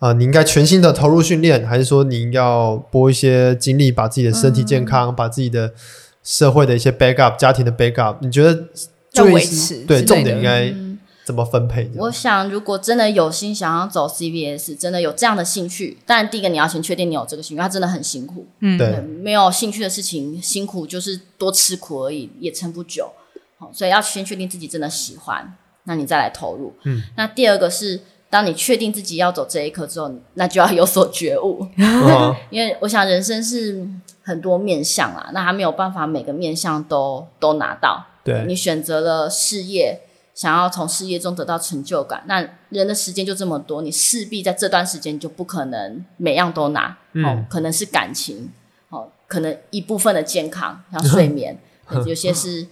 啊、呃你应该全心的投入训练，还是说你应该要拨一些精力，把自己的身体健
嗯
康，把自己的社会的一些 backup、家庭的 backup，你觉得
要
注意
维
是
持
对
之类
重点应
的
该怎么分配？
我想，如果真的有心想要走 CBS，真的有这样的兴趣，当然第一个你要先确定你有这个兴趣，它真的很辛苦。
嗯，
对，
没有兴趣的事情，辛苦就是多吃苦而已，也撑不久。好，所以要先确定自己真的喜欢，那你再来投入。嗯，那第二个是，当你确定自己要走这一刻之后，那就要有所觉悟，
嗯
啊
因为我想人生是很多面向啊，那他没有办法每个面向都都拿到。
对，
你选择了事业，想要从事业中得到成就感，那人的时间就这么多，你势必在这段时间就不可能每样都拿，
嗯
哦，可能是感情，哦，可能一部分的健康，像睡眠，有些是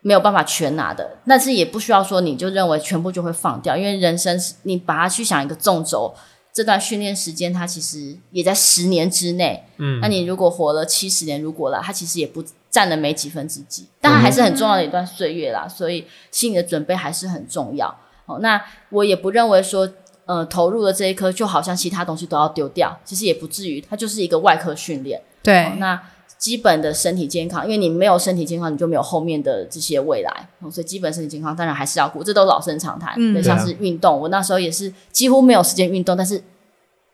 没有办法全拿的，但是也不需要说你就认为全部就会放掉，因为人生是你把它去想一个纵轴。这段训练时间，它其实也在十年之内。嗯，那你如果活了七十年，如果啦，它其实也不占了没几分之几，但它还是很重要的一段岁月啦。所以心理的准备还是很重要。哦，那我也不认为说，呃，投入了这一科就好像其他东西都要丢掉，其实也不至于，它就是一个外科训练。
对
哦，那基本的身体健康，因为你没有身体健康，你就没有后面的这些未来，哦所以基本身体健康当然还是要顾，这都老生常谈。
嗯
对，
对啊
像是运动，我那时候也是几乎没有时间运动，但是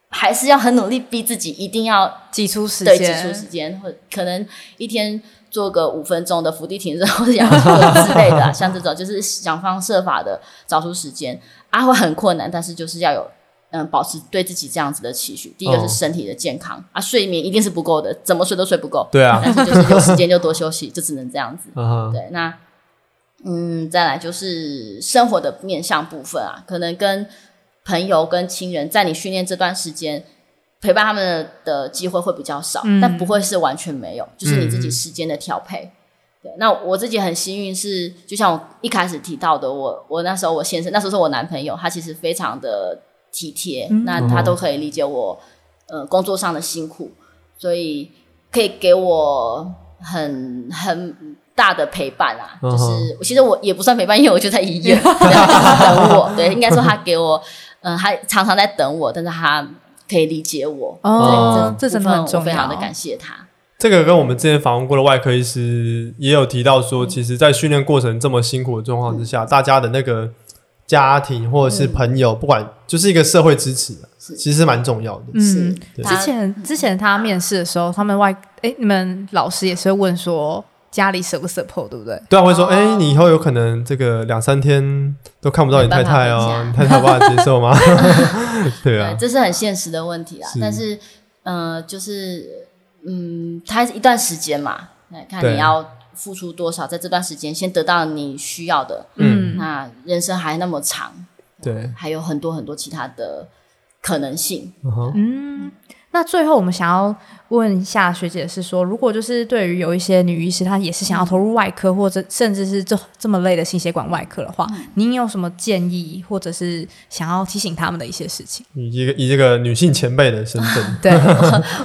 还是要很努力逼自己，一定要
挤出时
对
间，
挤出时间，或可能一天做个五分钟的伏地挺身或者仰卧起坐之类的啊、像这种就是想方设法的找出时间，啊，会很困难，但是就是要有。嗯，保持对自己这样子的期许。第一个
哦
是身体的健康、啊，睡眠一定是不够的，怎么睡都睡不够。
对啊，
但是就是有时间就多休息，就只能这样子。
啊哈，
对，那嗯，再来就是生活的面向部分啊，可能跟朋友、跟亲人，在你训练这段时间陪伴他们的机会会比较少，
嗯
但不会是完全没有，就是你自己时间的调配。对，那我自己很幸运是，就像我一开始提到的，我我那时候我先生，那时候是我男朋友，他其实非常的体贴，那他都可以理解我呃工作上的辛苦，所以可以给我很很大的陪伴啊。
嗯哼
就是其实我也不算陪伴，因为我就在医 院对他等我，对，应该说他给我，嗯、他常常在等我，但是他可以理解我。
哦
哦，
这真的很
部分
重
我
要，
非常的感谢他。
这个跟我们之前访问过的外科医师也有提到
嗯
说，其实，在训练过程这么辛苦的状况之下，大家的那个家庭或者是朋友，不管就是一个社会支持啊，
嗯是
其实蛮重要的。
嗯
是，
对
之
他
前之前他面试的时候，他们外哎，你们老师也是会问说家里 support 不 support，对不对？
对啊，
哦
会说，哎、你以后有可能这个两三天都看不到你太太哦，你
没
太太有办法接受 吗？对啊
对，，这是很现实的问题啊。
是
但是，呃，就是，嗯，它一段时间嘛，那看
对
你要付出多少，在这段时间先得到你需要的。
嗯
那人生还那么长，
对，
还有很多很多其他的可能性。
嗯哼
嗯，那最后我们想要问一下学姐是说，如果就是对于有一些女医师，她也是想要投入外科，或者甚至是这这么累的心血管外科的话，
嗯
您有什么建议，或者是想要提醒他们的一些事情？
以一个以这个女性前辈的身份，
对，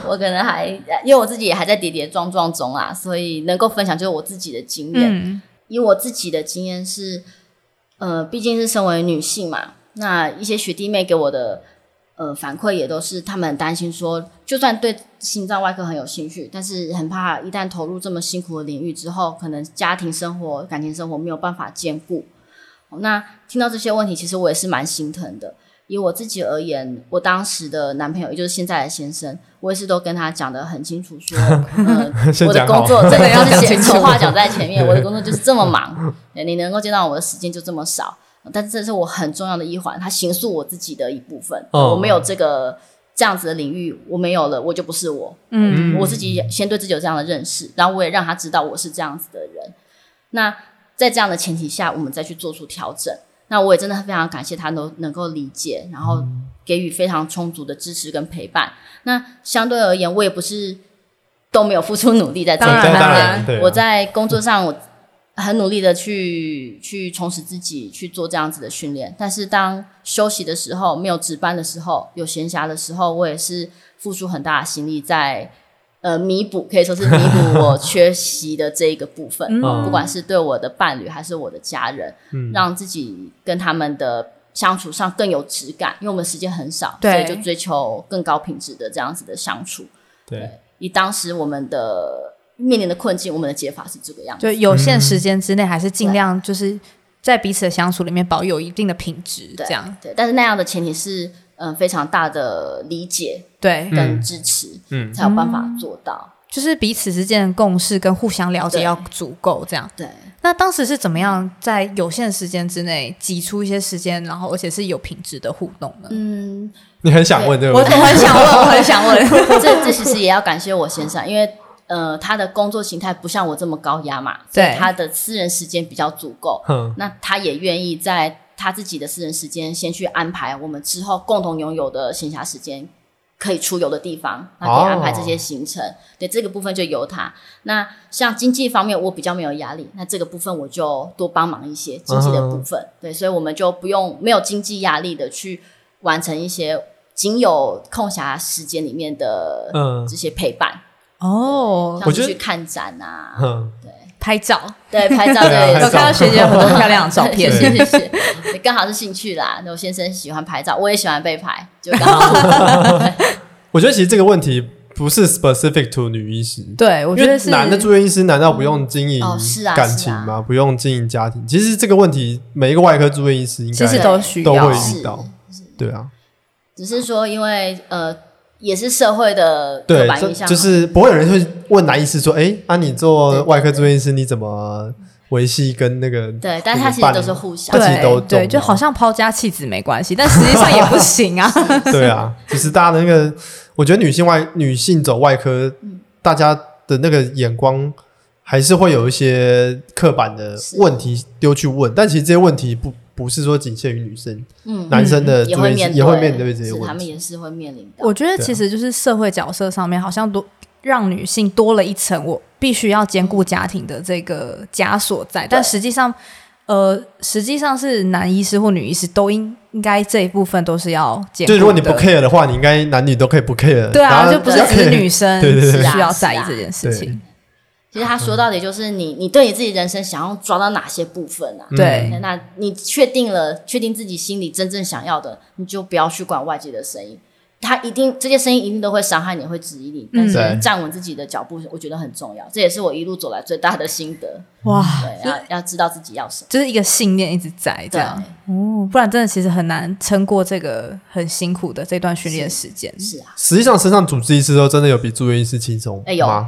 我可能还因为我自己也还在跌跌撞撞中啊，所以能够分享就是我自己的经验。
嗯
以我自己的经验是，呃，毕竟是身为女性嘛，那一些学弟妹给我的呃反馈也都是他们很担心说，就算对心脏外科很有兴趣，但是很怕一旦投入这么辛苦的领域之后，可能家庭生活、感情生活没有办法兼顾。哦那听到这些问题，其实我也是蛮心疼的。以我自己而言，我当时的男朋友，也就是现在的先生，我也是都跟他讲的很清楚说，呃
先
我的
讲好
工作真的要
讲
是
清
先
楚
丑话讲在 前面，我的工作就是这么忙，对你能够见到我的时间就这么少，但是这是我很重要的一环，它形塑我自己的一部分。
哦
我没有这个这样子的领域，我没有了，我就不是我。
嗯
我自己也先对自己有这样的认识，然后我也让他知道我是这样子的人。那在这样的前提下，我们再去做出调整。那我也真的非常感谢他能能够理解，然后
嗯
给予非常充足的支持跟陪伴。那相对而言，我也不是都没有付出努力在这一
当然
方面
当然
对啊
我在工作上我很努力的去去充实自己，去做这样子的训练。但是当休息的时候，没有值班的时候，有闲暇的时候，我也是付出很大的心力在呃弥补，可以说是弥 补我缺席的这一个部分，
嗯
不管是对我的伴侣还是我的家人，
嗯
让自己跟他们的相处上更有质感，因为我们时间很少，所
对
以就追求更高品质的这样子的相处。
对，
以当时我们的面临的困境，我们的解法是这个样子。
就有限时间之内，还是尽量就是在彼此的相处里面保有一定的品质，
对
这样
对，但是那样的前提是，嗯、非常大的理解
对，
跟支持，
嗯
才有办法做到。
就是彼此之间的共识跟互相了解
对
要足够，这样。
对，
那当时是怎么样在有限时间之内挤出一些时间，然后而且是有品质的互动呢？
嗯，
你很想问这个
我
问题，
我很想问，我很想 问，
这这其实也要感谢我先生，因为呃，他的工作形态不像我这么高压嘛，所以
对
他的私人时间比较足够。
哼，
那他也愿意在他自己的私人时间先去安排我们之后共同拥有的闲暇时间可以出游的地方，他可以安排这些行程。对这个部分就由他。那像经济方面，我比较没有压力，那这个部分我就多帮忙一些经济的部分。
嗯
对，所以我们就不用没有经济压力的去完成一些仅有空暇时间里面的
嗯
这些陪伴，
哦，
像
我觉
是
得
去看展啊，
哼，
拍照，
对，拍照
对啊拍
的
有
也是
照
看到学姐很多漂亮的照片，
谢谢谢谢，对刚好是兴趣啦。那我先生喜欢拍照，我也喜欢被拍，就刚
哦
好
我觉得其实这个问题不是 specific to 女医师，
对，我
我
觉得是
男的住院医师难道不用经营
哦是啊
感情
是
吗？不用经营家庭？其实这个问题每一个外科住院医师应
其实
该
都需
都
要
会
是
遇到，对啊，
只是说因为呃，也是社会的刻
对，
板
这
印象嘛，
就是不会有人会问男医师说，哎，啊你做外科住院医师你怎么维系跟那个
对，但是它其实都是互相
他其
的。
实都
对对，
重
就
要
好像抛家弃子没关系，但实际上也不行啊。
对啊，就是大家的那个，我觉得女性外女性走外科，大家的那个眼光还是会有一些刻板的
是
问题丢去问，但其实这些问题不不是说仅限于女生，
嗯，
男生的
也
注
会
意力
面
也会呃面对这些
是他
问
们
题。
也是会面临到
我。觉得
啊
其实就是社会角色上面好像多让女性多了一层，我必须要兼顾家庭的这个枷锁在，但实际上，呃，实际上是男医师或女医师都应应该这一部分都是要兼顾
就
的。
如果你不 care 的话，你应该男女都可以不 care。
对
然
啊，
后
就不是
对
只是女生
对对对
是
是啊
需要
是
在意
啊
这件事情。
其实他说到底就是你，你对你自己人生想要抓到哪些部分
嗯
啊？
对
那那你确定了，确定自己心里真正想要的，你就不要去管外界的声音。他一定这些声音一定都会伤害你，会质疑你，但是
嗯
对
站稳自己的脚步，我觉得很重要。这也是我一路走来最大的心得。
哇，
对，要要知道自己要什么。
就是一个信念一直在这
对，
样哦，不然真的其实很难撑过这个很辛苦的这段训练时间。
是 啊，
实际上，身上主治医师都真的有比住院医师轻松
哎有
吗？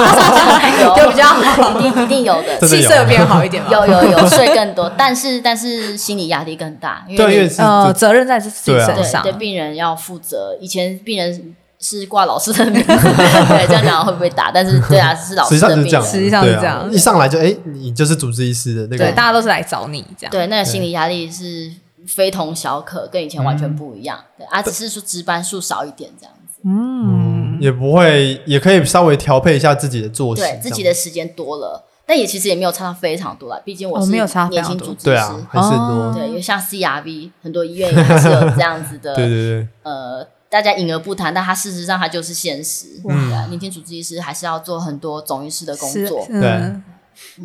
有
比较好，
一定一定有的，
真的
气
有啊
色有变好一点吗？
有有有睡更多，但是但是心理压力更大，因
对，因
为
为
你
是
呃，责任在自己
对啊
身
对
上。
对病人要负责。以前病人是挂老师的 名字，对，这样讲会不会打？但是对啊，是老
实际
师
上
的
就是
名
这样，
字，
实际上是
对啊
这样
一上来就哎，你就是主治医师的那
对，
个
大家都是来找你这样。
对，那个心理压力是非同小可，跟以前完全不一样。
嗯
对啊，只是说值班数少一点这样子，
嗯
也不会，也可以稍微调配一下自己的作息，
嗯对自己
这样
的时间多了，但也其实也没有差到非常多啦，毕竟我
哦
是
没有差非
年
常
轻
多
主治
对
医
啊
师，。
还是很
哦
多，
对，有像 CRV 很多医院也是有这样子的，
对对对。
呃，大家隐而不谈，但它事实上它就是现实。
嗯
对啊，年轻主治医师还是要做很多总医师的工
是
作。
嗯，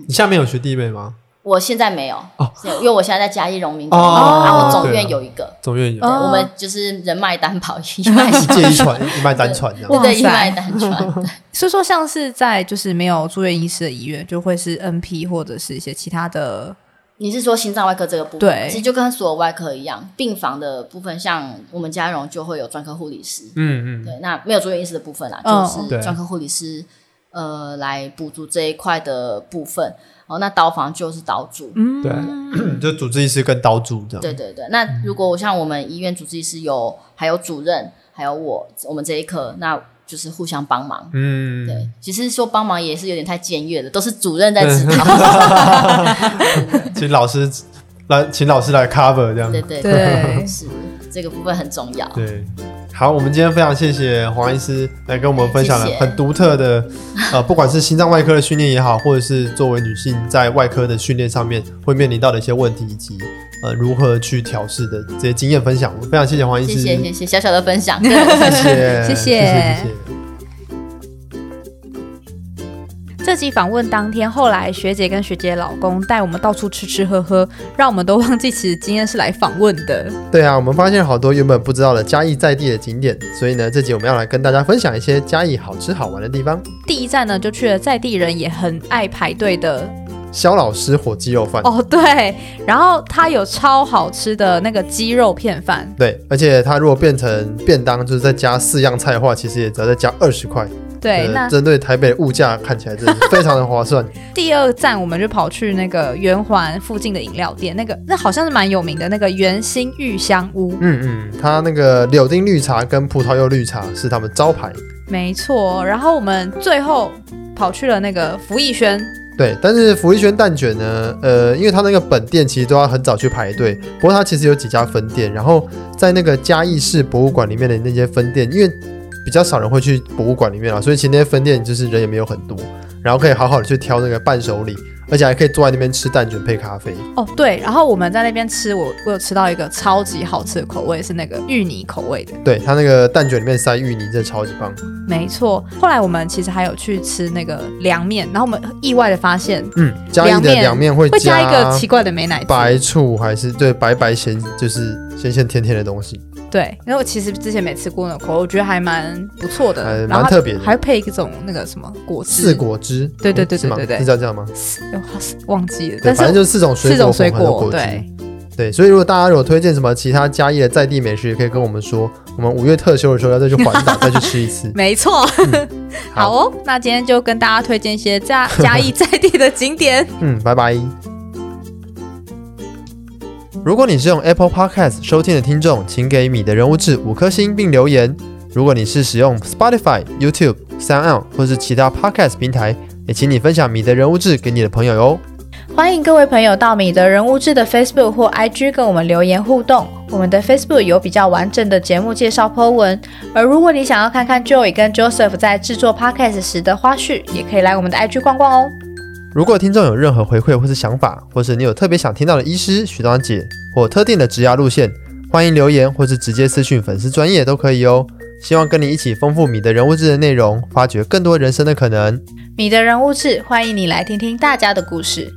你下面有学弟妹吗？
我现在没有，是因为我现在在嘉义荣民
哦
中医，然后我总
对啊
院有一个，
总院有，
哦
对我们就是人脉担保， 一脉
一介一 传，一脉单传这样。
哇
对
塞
对一脉单传。
所以说像是在就是没有住院医师的医院，就会是 NP 或者是一些其他的，
你是说心脏外科这个部分？
对
其实就跟所有外科一样，病房的部分，像我们嘉荣就会有专科护理师，
嗯嗯，
对，那没有住院医师的部分啦，
嗯
就是
对
专科护理师呃来补助这一块的部分。哦，那刀房就是刀主，
嗯，
对，就主治医师跟刀主这样。
对对对，那如果像我们医院主治医师有，还有主任，还有我，我们这一科，那就是互相帮忙。
嗯，
对，其实说帮忙也是有点太僭越了，都是主任 在指导。
请老师来，请老师来 cover 这样。
对对
对
是这个部分很重要。
对，好，我们今天非常谢谢黄医师来跟我们分享了
谢谢
很独特的，呃，不管是心脏外科的训练也好，或者是作为女性在外科的训练上面会面临到的一些问题，以及呃如何去调试的这些经验分享。我们非常谢谢黄医
谢
师，
谢谢谢小小的分享，
谢谢，
谢谢
谢谢。谢谢
这集访问当天，后来学姐跟学姐老公带我们到处吃吃喝喝，让我们都忘记其实今天是来访问的。
对啊，我们发现好多原本不知道的嘉义在地的景点，所以呢，这集我们要来跟大家分享一些嘉义好吃好玩的地方。
第一站呢，就去了在地人也很爱排队的
肖老师火鸡肉饭，
哦，对，然后它有超好吃的那个鸡肉片饭，
对，而且它如果变成便当，就是再加四样菜的话，其实也只要再加二十块。
对，
呃
那
针对台北物价看起来真的是非常的划算。
第二站我们就跑去那个圆环附近的饮料店，那个那好像是蛮有名的那个圆心玉香屋，
嗯嗯，它那个柳丁绿茶跟葡萄柚绿茶是他们招牌。
没错。然后我们最后跑去了那个福艺轩，
对，但是福利轩蛋卷呢，呃，因为它那个本店其实都要很早去排队，不过它其实有几家分店，然后在那个嘉义市博物馆里面的那些分店，因为比较少人会去博物馆里面啊，所以其实那些分店就是人也没有很多，然后可以好好的去挑那个伴手礼，而且还可以坐在那边吃蛋卷配咖啡。
哦对，然后我们在那边吃，我我有吃到一个超级好吃的口味，是那个芋泥口味的，
对，它那个蛋卷里面塞芋泥，真的超级棒。
没错。后来我们其实还有去吃那个凉面，然后我们意外的发现
嗯，嘉义的
凉
凉面会
会加一个奇怪的美乃滋，
白醋还是对白白咸，就是咸咸甜甜的东西。
对，因为我其实之前没吃过那口味，我觉得还蛮不错的，
还
呃然
蛮
后它
特别的
还配一种那个什么果汁，
四果汁，
对对对
是吗
对对对
是叫这样吗？
哎我忘记了，
对，
但
反正
是
就是四种水
四
果
种
混
水
合的
果，
果汁。
对，
对，所以如果大家有推荐什么其他嘉义的在地美食，也可以跟我们说，我们五月特休的时候要再去环岛再去吃 一次。
没错。好哦，那今天就跟大家推荐一些嘉嘉义在地的景点。
嗯，拜拜。如果你是用 Apple Podcast 收听的听众，请给米的人物志五颗星并留言。如果你是使用 Spotify、YouTube、Sound 或是其他 Podcast 平台，也请你分享米的人物志给你的朋友哟。
欢迎各位朋友到米德人物志的 Facebook 或 IG 跟我们留言互动。我们的 Facebook 有比较完整的节目介绍 po 文，而如果你想要看看 Joey 跟 Joseph 在制作 Podcast 时的花絮，也可以来我们的 IG 逛逛哦。
如果听众有任何回馈或是想法，或是你有特别想听到的医师、学长姐或特定的职涯路线，欢迎留言或是直接私讯粉丝专业都可以哦。希望跟你一起丰富你的人物志的内容，发掘更多人生的可能。
米的人物志，欢迎你来听听大家的故事。